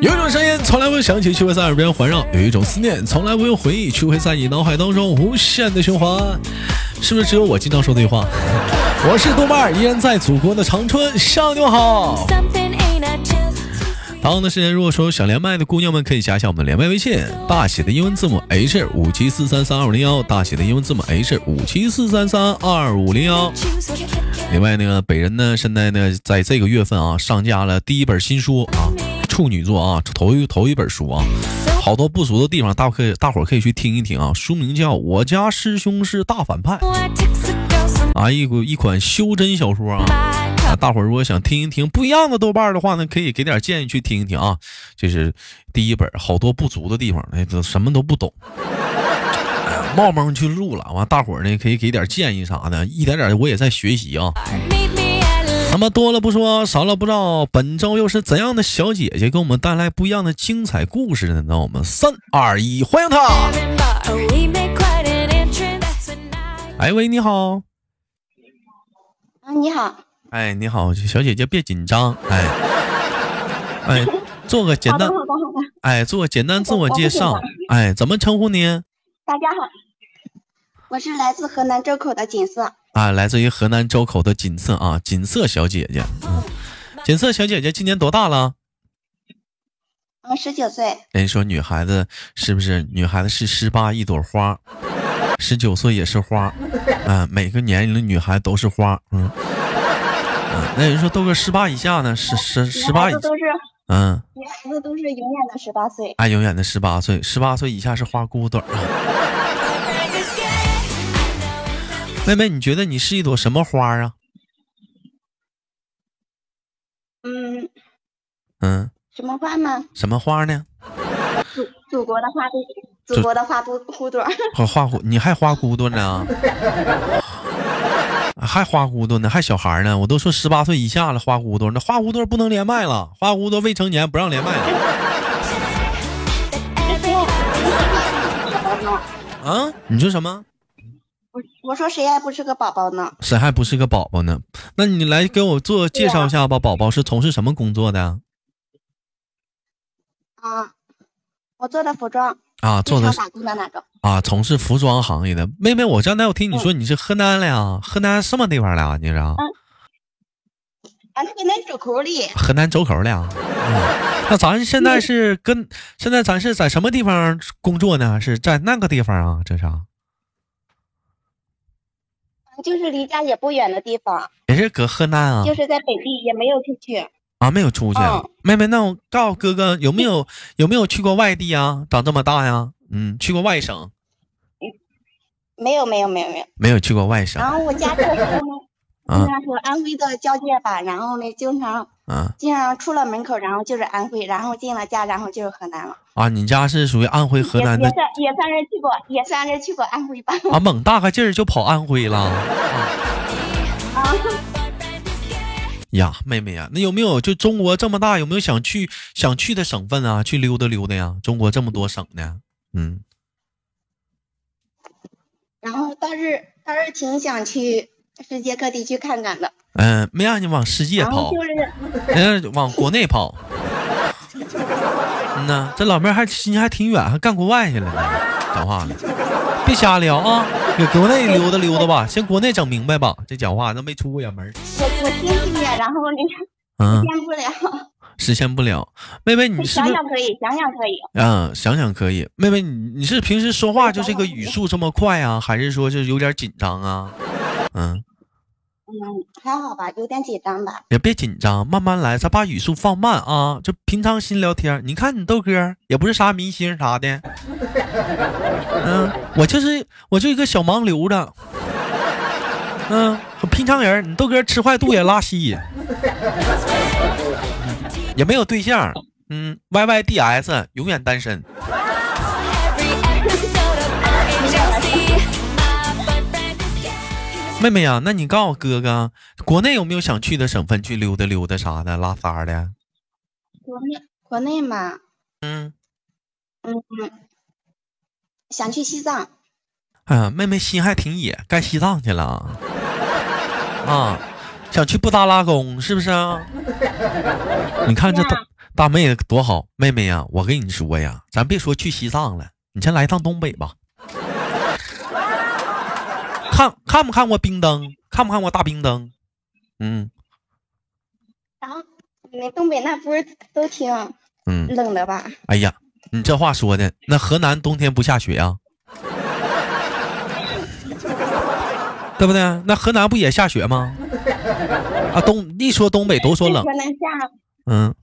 有一种声音从来不用响起，却会在耳边环绕；有一种思念从来不用回忆，却会在你脑海当中无限的循环。是不是只有我经常说这句话？我是豆瓣儿，依然在祖国的长春向你们好。同样的时间，如果说想连麦的姑娘们，可以加一下我们的连麦微信，大写的英文字母 H 五七四三三二五零幺，大写的英文字母 H 五七四三三二五零幺。另外呢，北人呢，现在呢，在这个月份啊，上架了第一本新书啊，处女座啊，头一头一本书啊，好多不足的地方，大可以大伙儿可以去听一听啊。书名叫《我家师兄是大反派》啊，一股一款修真小说啊。啊，大伙儿如果想听一听不一样的豆瓣儿的话呢，可以给点建议去听一听啊。这是第一本，好多不足的地方，那、都什么都不懂，哎冒蒙去录了。完，大伙儿呢可以给点建议啥的，一点点我也在学习啊。那么多了不说，少了不知道，本周又是怎样的小姐姐给我们带来不一样的精彩故事呢？那我们三二一，欢迎她！哎喂，你好，啊，你好，哎你好，小姐姐别紧张，哎哎，做个简好的单好，的好的，哎做个简单自我介我绍不紧，哎怎么称呼您？大家好，我是来自河南周口的景色。啊，来自于河南周口的锦瑟啊，锦瑟小姐姐，嗯，锦瑟小姐姐今年多大了？嗯，十九岁，人哎说女孩子是不是？女孩子是十八一朵花，十九岁也是花，啊、每个年龄的女孩都是花，嗯，啊那人说豆哥十八以下呢？十十十八以女孩子，都是嗯，女孩子都是永远的十八岁。爱永远的十八岁，十八岁以下是花骨朵儿。啊妹妹，你觉得你是一朵什么花啊？嗯，嗯，什么花吗？什么花呢？祖祖国的花朵，祖祖国的花朵花朵。还花骨，你还花骨朵呢？ 还花骨朵呢？还小孩呢？我都说十八岁以下了，花骨朵那花骨朵不能连麦了，花骨朵未成年不让连麦了。 啊？你说什么？我 我说谁还不是个宝宝呢？谁还不是个宝宝呢？那你来给我做介绍一下吧。宝宝是从事什么工作的？啊，我做的服装，啊，做的日是常打工的那种。啊，从事服装行业的。妹妹，我刚才我听你说你是河南的呀，河南什么地方的啊？你是啊？啊，河南周口里，河南周口的啊。那咱现在是跟现在咱是在什么地方工作呢？是在那个地方啊？这是啊嗯就是离家也不远的地方，也是搁河南啊？就是在本地也没有出去。啊，没有出去。嗯妹妹，那我告诉哥哥，有没有有没有去过外地啊？长这么大呀？嗯，去过外省没有没有没有没有，没有？去过外省然后我家这时候呢，啊经常和安徽的交界吧，然后呢，经常啊经常出了门口，然后就是安徽，然后进了家，然后就是河南了。啊！你家是属于安徽河也南的也算也算是去过，也算是去过安徽吧。啊？猛大个劲儿就跑安徽了啊！呀，妹妹呀、那有没有就中国这么大，有没有想去想去的省份啊？去溜达溜达呀？中国这么多省呢，嗯，然后倒是倒是挺想去世界各地去看看的。嗯、没让你往世界然跑后，就是人家往国内跑。 嗯呐，这老妹儿还心情还挺远，还干国外去了呢。讲话呢，别瞎聊啊！给国内溜达溜达吧，先国内整明白吧。这讲话那没出过远门儿，我我听听的，然后那个嗯，见不了。实现不了。妹妹， 你是想不是？想可以，想想可以。嗯，想想可以。妹妹，你你是平时说话就这个语速这么快啊，还是说就是有点紧张啊？嗯，嗯，还好吧，有点紧张吧。也别紧张，慢慢来，咱把语速放慢啊，就平常心聊天。你看你豆哥儿也不是啥明星啥的，嗯，我就是我就一个小盲流子，嗯，很平常人儿。你豆哥儿吃坏肚也拉稀，也没有对象，嗯，Y Y D S 永远单身。妹妹呀、那你告诉我哥哥，国内有没有想去的省份去溜达溜达啥的，拉撒的？国内国内嘛，嗯，嗯，想去西藏。哎呀，妹妹心还挺野，该西藏去了啊。 啊啊，想去布达拉宫是不是啊？你看这对大呀大妹子多好，妹妹呀，我跟你说呀，咱别说去西藏了，你先来趟东北 吧。看看不看过冰灯？看不看过大冰灯？嗯然后你们东北那不是都挺嗯，冷的吧？哎呀，你这话说的，那河南冬天不下雪啊？对不对？那河南不也下雪吗？啊，东一说东北都说冷河，南下，嗯，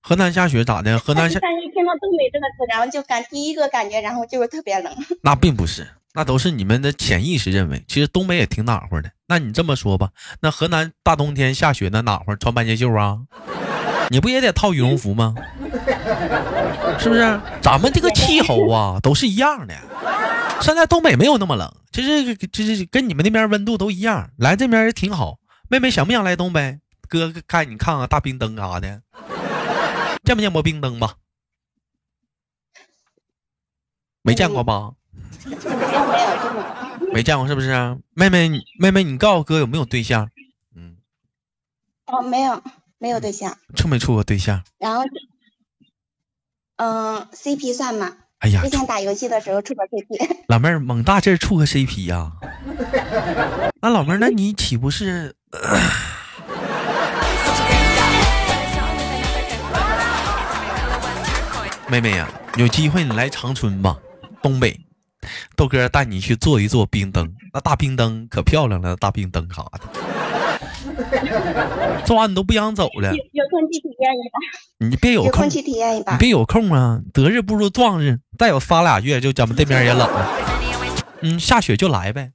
河南下雪咋的？河南下但是听到东北这个词，然后就感第一个感觉，然后就是 特别冷。那并不是，那都是你们的潜意识认为。其实东北也挺暖和的。那你这么说吧，那河南大冬天下雪，那暖和，穿半截袖啊？你不也得套羽绒服吗？是不是？咱们这个气候啊，都是一样的。现在东北没有那么冷，其实就是跟你们那边温度都一样。来这边也挺好。妹妹想不想来东北？哥看你看看大冰灯啥的，见没见过冰灯吧？没见过吧？没有没有这种，没见过是不是、妹妹，你妹妹，你告诉哥有没有对象？嗯，哦，没有没有对象。处没处过对象？然后就，嗯、c p 算吗？哎呀之，前打游戏的时候处过 CP，老妹儿猛大劲儿处个 CP 呀、那老妹儿，那你岂不是 妹妹呀、有机会你来长春吧，东北，豆哥带你去坐一坐冰灯，那大冰灯可漂亮了，大冰灯啥的，做完你都不想走了，有有空去体验一把，你别有有空空去体验一你把。别有空啊，得日不如撞日，再有仨俩月就咱们这边也冷了。嗯，下雪就来呗。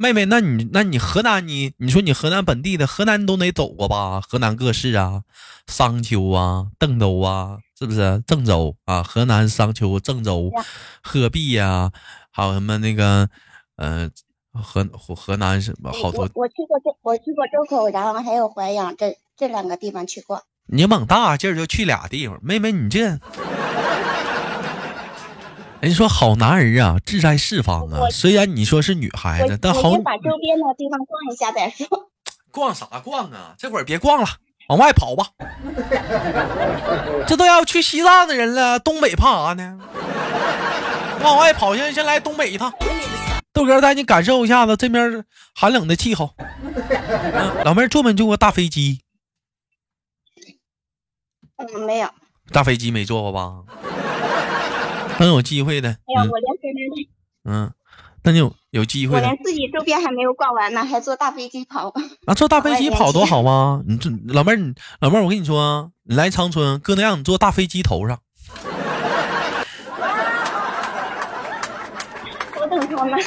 妹妹，那你那你河南你你说你河南本地的河南你都得走过吧？河南各市啊，商丘啊，邓州啊，是不是？郑州啊，河南商丘、郑州、鹤壁呀、还有什么那个，呃，河河河南什么好多我我去过周，我去过周口，然后还有淮阳这这两个地方去过。你猛大劲儿就去俩地方，妹妹你 这，人说好男人啊，志在四方啊。我虽然你说是女孩我子，哎但我好嗯先把周边的地方逛一下再说。逛啥逛啊？这会儿别逛了，往外 跑吧。这都要去西藏的人了，东北怕啥呢？往外跑，先先来东北一趟。豆哥带你感受一下子这边寒冷的气候。嗯老妹儿坐没坐过大飞机？嗯，没有大飞机没坐过吧？等有机会的，没有，嗯我连河南的嗯，等有有机我会的连，自己周边还没有逛完呢，还坐大飞机跑。啊，坐大飞机我也跑多好啊！你这老妹儿，你老妹儿，我跟你说啊，你来长春，哥能让你坐大飞机头上。我等他们。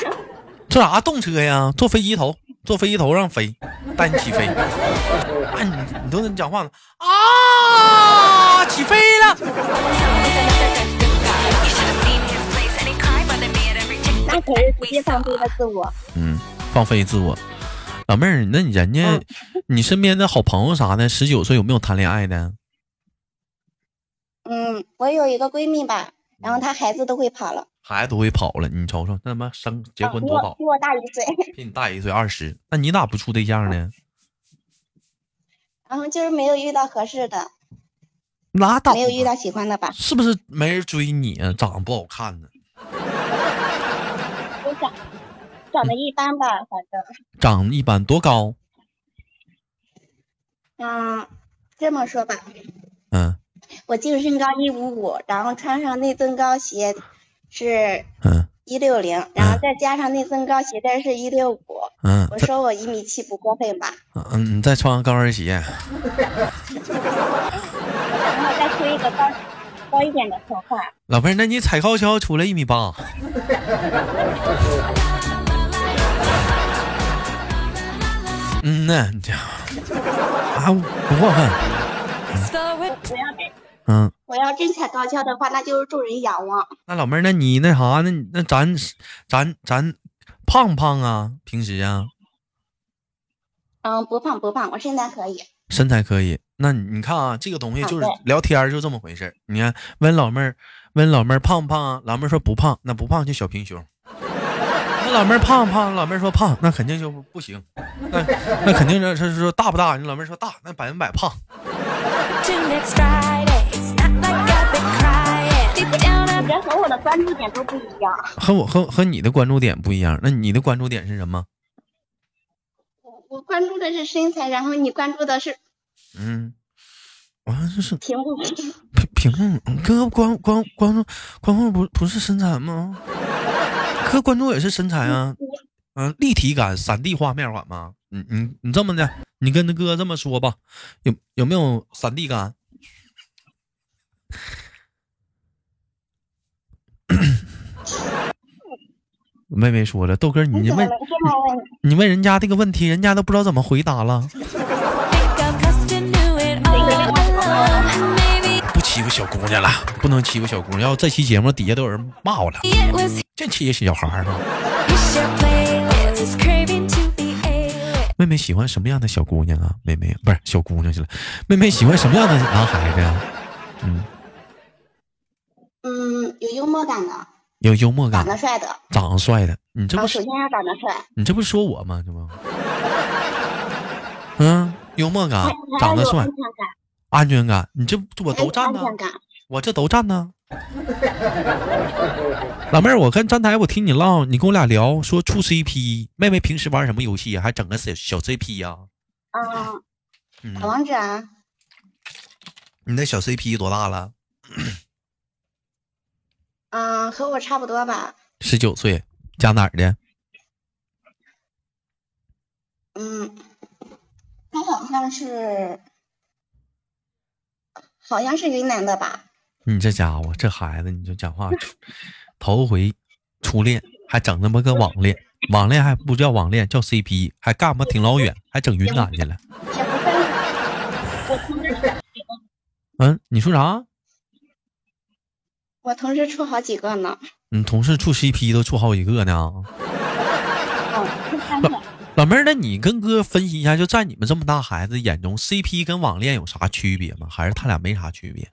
坐啥动车呀？坐飞机头，坐飞机头上飞，带你起飞。啊，你你都能讲话了啊！起飞了，那可是直接放飞了自我。嗯，放飞自我。老妹儿，那你人家、嗯你身边的好朋友啥的，十九岁有没有谈恋爱的？嗯，我有一个闺蜜吧，然后她孩子都会跑了，啊孩子都会跑了，你瞅瞅，那他妈生结婚比多我早，比我大一岁。 比你大一岁二十，那你咋不处对象啊呢？然后就是没有遇到合适的，拉倒吧，没有遇到喜欢的吧。是不是没人追你啊？长得不好看呢？我长长得一般吧，反正长得一般，多高？嗯，这么说吧，嗯我净身高一五五，然后穿上内增高鞋是嗯一六零，然后嗯再加上内增高鞋带是一六五。嗯，我说我一米七不过分吧，嗯，你再穿上高跟鞋，然后再出一个高高一点的头发，老妹儿，那你踩高跷出来一米八， 嗯呐，你这啊不过分，我要真嗯，我要真踩高跷的话，那就是众人仰望。那老妹儿，那你那啥，那那咱咱咱胖不胖啊？平时啊，嗯，不胖不胖，我身材可以。身材可以。那你你看啊，这个东西就是好的聊天儿就这么回事儿。你看问老妹儿，问老妹儿胖不胖啊？老妹儿说不胖，那不胖就小平胸。那老妹儿胖不胖？老妹儿说胖，那肯定就不行。那那肯定是他说大不大？你老妹儿说大，那百分百胖。每个人和我的关注点都不一样。和我和和你的关注点不一样，那你的关注点是什么？我我关注的是身材，然后你关注的是嗯，完、啊、这是屏幕。屏屏幕，哥关关关注关注不不是身材吗？ 哥关注也是身材啊，嗯、立体感、3 D 画面感吗？你你你这么的，你跟哥这么说吧，有有没有3 D 感？妹妹说了，豆哥，你你怎么问能这么问？你问人家这个问题，人家都不知道怎么回答了。不欺负小姑娘了，不能欺负小姑娘。要这期节目底下都有人骂我了，净欺负小孩儿呢。妹妹喜欢什么样的小姑娘啊？妹妹不是小姑娘去了，妹妹喜欢什么样的男孩子呀、嗯，嗯，有幽默感的，有幽默感长，得帅的，长得帅的。你这啊，不首是先要长得帅，你这不是说我吗？这不， 嗯，幽默哎感，长得帅还要有安，全感，安全感。你这这我还有都占呢安，全感。我这都占呢。 老妹儿，我跟站台，我听你唠，你跟我俩聊说出 CP，妹妹平时玩什么游戏啊？还整个小小 CP 呀、嗯，嗯，打王者啊，你那小 CP 多大了？嗯，和我差不多吧。十九岁，家哪儿的？嗯，他好像是，好像是云南的吧？你这家伙，这孩子，你就讲话出，头回初恋还整那么个网恋，网恋还不叫网恋，叫 CP，还干吧挺老远，还整云南去了。也不算是，我同时处，嗯，你说啥？我同时处好几个呢。你同事处 CP 都处好几个呢。嗯， 是三个。老妹儿，那你跟哥分析一下，就在你们这么大孩子眼中，CP 跟网恋有啥区别吗？还是他俩没啥区别？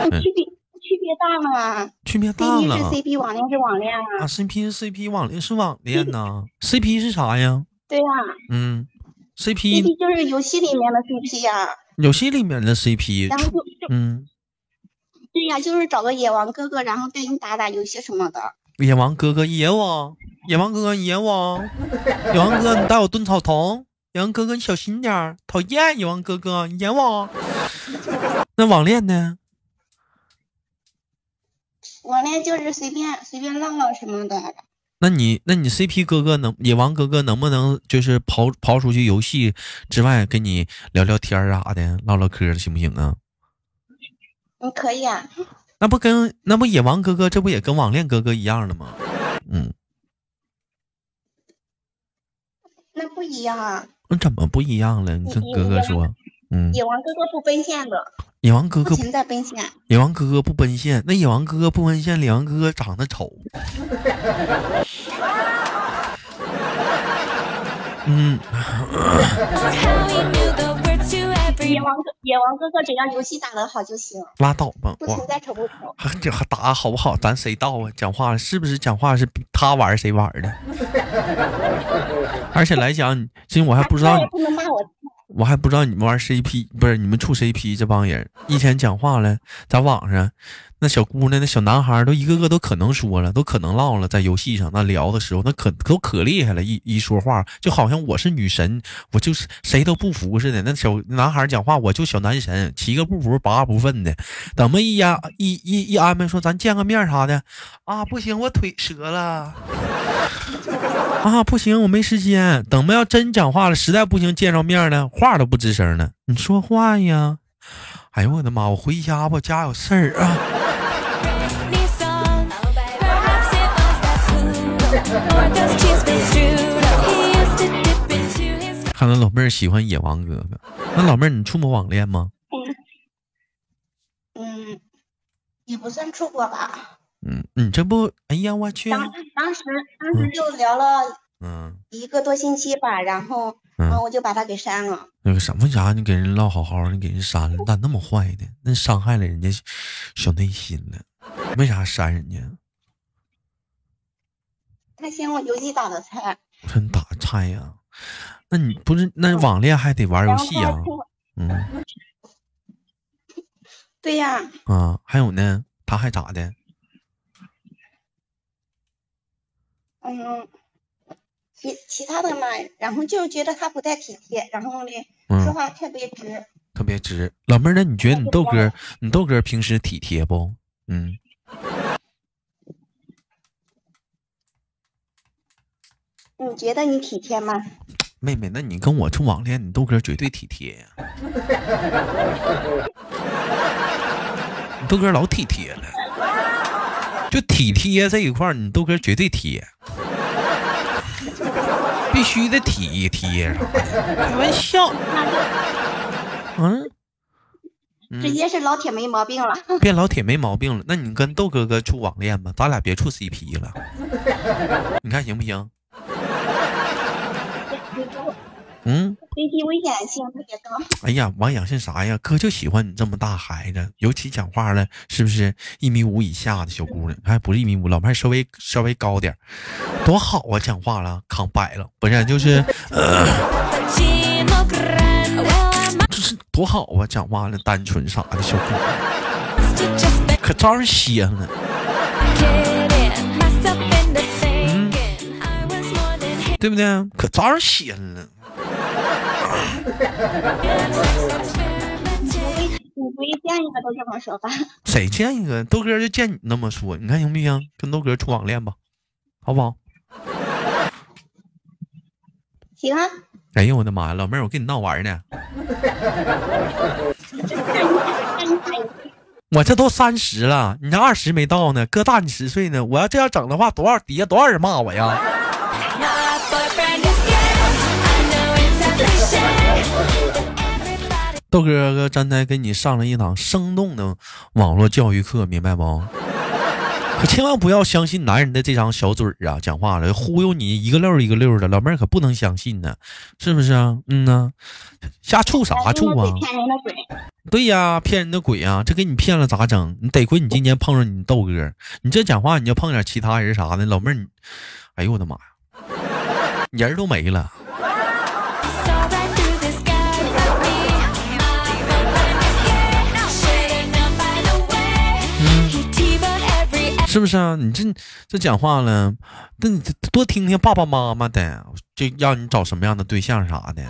嗯 区别区别大了区别大，CP 了是 CP，网恋是网恋啊啊， ！CP 是 CP，网恋是网恋呐。CP 是啥呀？对呀、嗯，CP CP 就是游戏里面的 CP 呀、游戏里面的 CP，然后处就就嗯，对呀、就是找个野王哥哥，然后带你打打游戏什么的。野王哥哥，野王，野王哥哥，野王， 野王哥，你带我蹲草丛。野王哥哥，你小心点儿，讨厌野王哥哥，野王。那网恋呢？网恋就是随便随便浪浪什么的，那你那你 CP 哥哥能野王哥哥能不能就是刨刨出去游戏之外，跟你聊聊天儿啥的，唠唠嗑儿行不行啊？嗯，可以啊。那不跟那不野王哥哥，这不也跟网恋哥哥一样了吗？嗯，那不嗯一样啊，那怎么不一样了？你跟哥哥说，嗯，野王哥哥不奔现的，野王哥不哥存在奔现。野王哥哥不奔现，那野王哥哥不奔现，野王哥哥长得丑。 嗯，野王哥野王哥哥只要游戏打得好就行，拉倒吧，不我存在丑不丑。还这还打好不好？咱谁道啊？讲话是不是讲话是他玩谁玩的？ 而且来讲，其实我还不知道他你也，不能骂我，我还不知道你们玩 CP 不是你们处 CP 这帮人一天讲话了，在网上那小姑娘、那小男孩都一个个都可能说了，都可能唠了，在游戏上那聊的时候，那可都可厉害了，一一说话就好像我是女神，我就是谁都不服似的。那小男孩讲话，我就小男神，七个不服八不忿的。怎么一呀一一一安排说咱见个面啥的啊？不行，我腿折了。啊，不行，我没时间。等们要真讲话了，实在不行见着面了，话都不吱声了。你说话呀？哎呦我的妈！我回家吧，家有事儿啊。看来老妹儿喜欢野王哥哥。那老妹儿，你处过网恋吗？嗯，也不算处过吧。嗯，你这不，哎呀，我去，当当时当时就聊了嗯一个多星期吧，然后然嗯，后我就把他给删了。那个什么啥，你给人唠好好的，你给人删了，你咋那么坏呢？那伤害了人家小内心了，为啥删人家？他嫌我游戏打的菜，真打菜呀、那你不是那网恋还得玩游然后戏他呀、说我嗯对呀、啊，还有呢，他还咋的？嗯，其其他的嘛，然后就觉得他不太体贴，然后呢，说嗯，话特别直，特别直。老妹儿，那你觉得你特别豆哥棒，你豆哥平时体贴不？嗯，你觉得你体贴吗？妹妹，那你跟我处网恋，你豆哥绝对体贴呀、你豆哥老体贴了，就体贴这一块儿，你豆哥绝对贴，必须得体贴啥的，开玩笑。嗯，嗯直接是老铁没毛病了。 别老铁没毛病了，那你跟豆哥哥处网恋吧，咱俩别处 CP 了，你看行不行？嗯，飞机危险性特别高，哎呀，王养信啥呀？哥就喜欢你这么大孩子，尤其讲话了，是不是一米五以下的小姑娘？还不是一米五，老妹儿稍微稍微高点儿，多好啊！讲话了，扛掰了，不是就是就是多好啊！讲话了，单纯啥的小姑娘，可招人稀罕了。对不对？可招人稀罕了。你不一见一个都这么说吧？谁见一个豆哥就见你那么说，你看行不行？跟豆哥处网恋吧，好不好？行啊，哎呦我的妈呀，老妹儿，我跟你闹玩呢，那你打游戏我这都三十了，你这二十没到呢，哥大你十岁呢。我要这样整的话，多少底下多少人骂我呀？豆哥哥刚才给你上了一堂生动的网络教育课，明白不？可千万不要相信男人的这张小嘴儿啊，讲话了忽悠你一个溜儿一个溜儿的，老妹儿可不能相信呢，是不是啊？嗯呐、瞎处啥处用啊嘴？骗人的嘴，对呀，骗人的鬼呀！这给你骗了咋整？你得亏你今年碰上你豆哥，你这讲话你要碰点其他人啥的，老妹儿你，哎呦我的妈呀，人儿都没了。是不是啊？你这这讲话了，那你多听听爸爸妈妈的，就让你找什么样的对象啥的。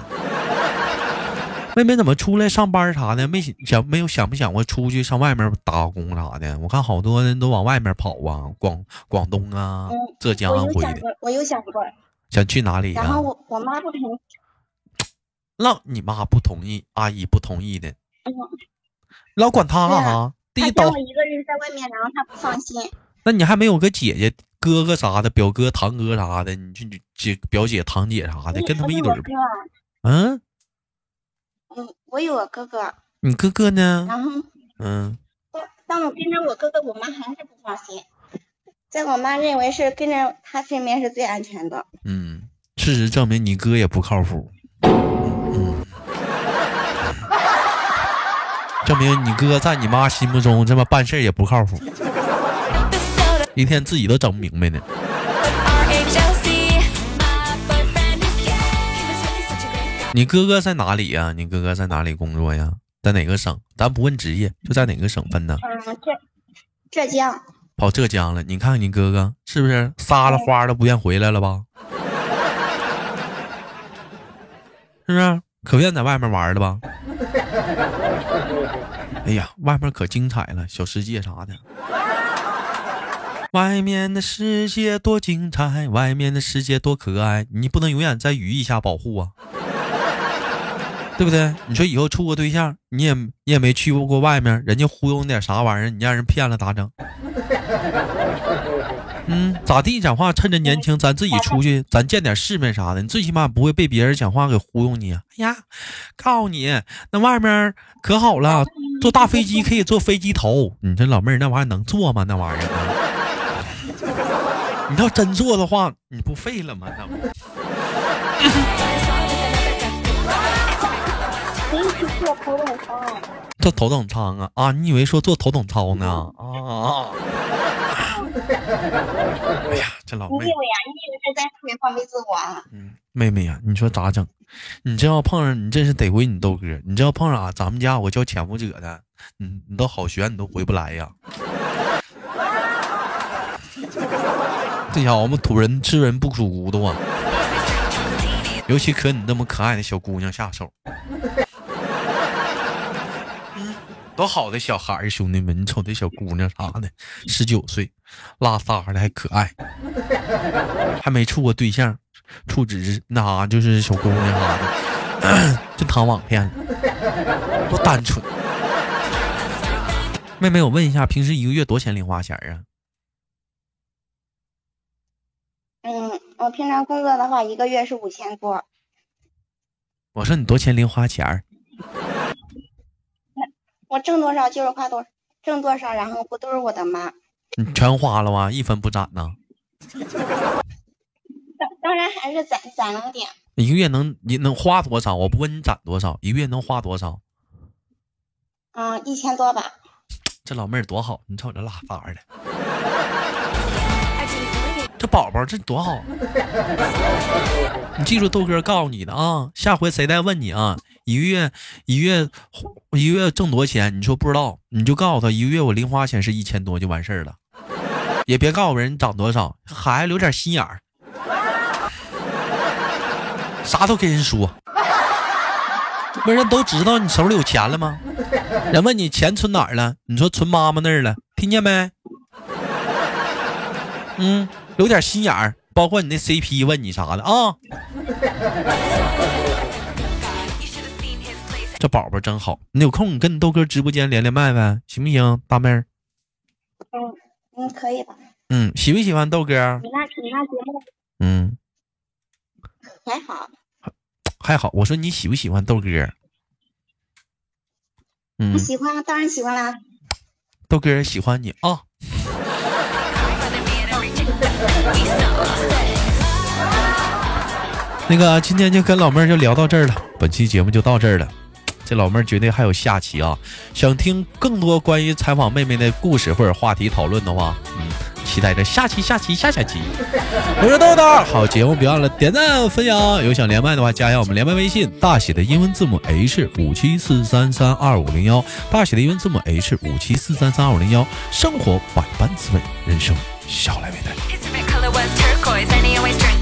妹妹怎么出来上班啥的？没想没有想不想过出去上外面打工啥的？我看好多人都往外面跑啊，广广东啊嗯、浙江、我安有徽想的，过，我有想过，想去哪哎里呀、啊然后我我妈不同意，那你妈不同意，阿姨不同意的，嗯老管她干、对啥、啊第一她嫌刀啊我，一个人在外面，然后她不放心，那你还没有个姐姐、哥哥啥的，表哥、堂哥啥的，你去你姐、表姐、堂姐啥的，你跟他们一我堆儿有我吧哥啊，嗯，嗯，我有我哥哥，你哥哥呢？然后嗯，但但我跟着我哥哥，我妈还是不放心，在我妈认为是跟着他身边是最安全的。嗯，事实证明你哥也不靠谱。嗯，证明你哥在你妈心目中这么办事儿也不靠谱，一天自己都整不明白呢。你哥哥在哪里呀、你哥哥在哪里工作呀？在哪个省？咱不问职业，就在哪个省份呢？嗯，浙浙江，跑浙江了。你看看你哥哥是不是撒了花都不愿回来了吧？是不是？可不愿在外面玩了吧？ 哎呀，外面可精彩了，小世界啥的。外面的世界多精彩，外面的世界多可爱，你不能永远在羽翼下保护啊，对不对？你说以后处个对象，你也你也没去过外面，人家忽悠你点啥玩意儿，你让人骗了咋整？嗯，咋地？讲话趁着年轻，咱自己出去，咱见点世面啥的，你最起码不会被别人讲话给忽悠你。哎呀，告诉你，那外面可好了，坐大飞机可以坐飞机头。你这老妹儿那玩意儿能坐吗？那玩意儿？啊 你要真坐的话，你不废了吗？那不可以去做头等舱。坐头等舱啊啊！你以为说坐头等舱呢？啊啊！啊哎呀，这老你妹有，呀，你有是在特别放飞自我啊。嗯，妹妹呀、你说咋整？你这要碰上，你真是得亏你豆哥，你这要碰上、啊咱们家我叫潜伏者的，你你到好悬你都回不来呀。 这家伙我们土人吃人不数骨头啊，尤其可你那么可爱的小姑娘下手。嗯，多好的小孩儿，兄弟们，你瞅这小姑娘啥的，十九岁，拉撒的还可爱。还没处过对象，处只是那啥，就是小姑娘啥的， 就躺网骗了，多单纯。妹妹，我问一下，平时一个月多少钱零花钱啊？嗯，我平常工作的话，一个月是五千多。我说你多少钱零花钱儿？我挣多少就是花多少，挣多少然后不都是我的吗？你全花了吗？一分不攒呐？当当然还是攒攒了点，一个月能你能花多少？我不问你攒多少，一个月能花多少？嗯，一千多吧。这老妹儿多好，你瞅这拉撒的，这宝宝这多好。啊你记住豆哥告诉你的啊，下回谁再问你啊，一个月一个月一个月挣多少钱？你说不知道，你就告诉他一个月我零花钱是一千多就完事儿了，也别告诉人涨多少，孩子留点心眼儿，啥都跟人说。不是人都知道你手里有钱了吗？人问你钱存哪儿了，你说存妈妈那儿了，听见没？嗯，留点心眼儿，包括你那 CP 问你啥的啊。这宝宝真好，你有空你跟你豆哥直播间连连麦呗，行不行，大妹儿？嗯嗯，可以吧？嗯，喜不喜欢豆哥？你那你那节目嗯，还好，还好。我说你喜不喜欢豆哥？嗯我，喜欢，当然喜欢啦。豆哥喜欢你啊。那个，今天就跟老妹儿就聊到这儿了，本期节目就到这儿了。这老妹儿绝对还有下期啊！想听更多关于采访妹妹的故事或者话题讨论的话，嗯，期待着下期、下期、下下期。我是豆豆，好节目别忘了点赞分享，有想连麦的话加一下我们连麦微信，大写的英文字母 H 五七四三三二五零幺，大写的英文字母 H 五七四三三二五零幺。生活百般滋味，人生笑来面对。 His favorite color was turquoise, and he always turned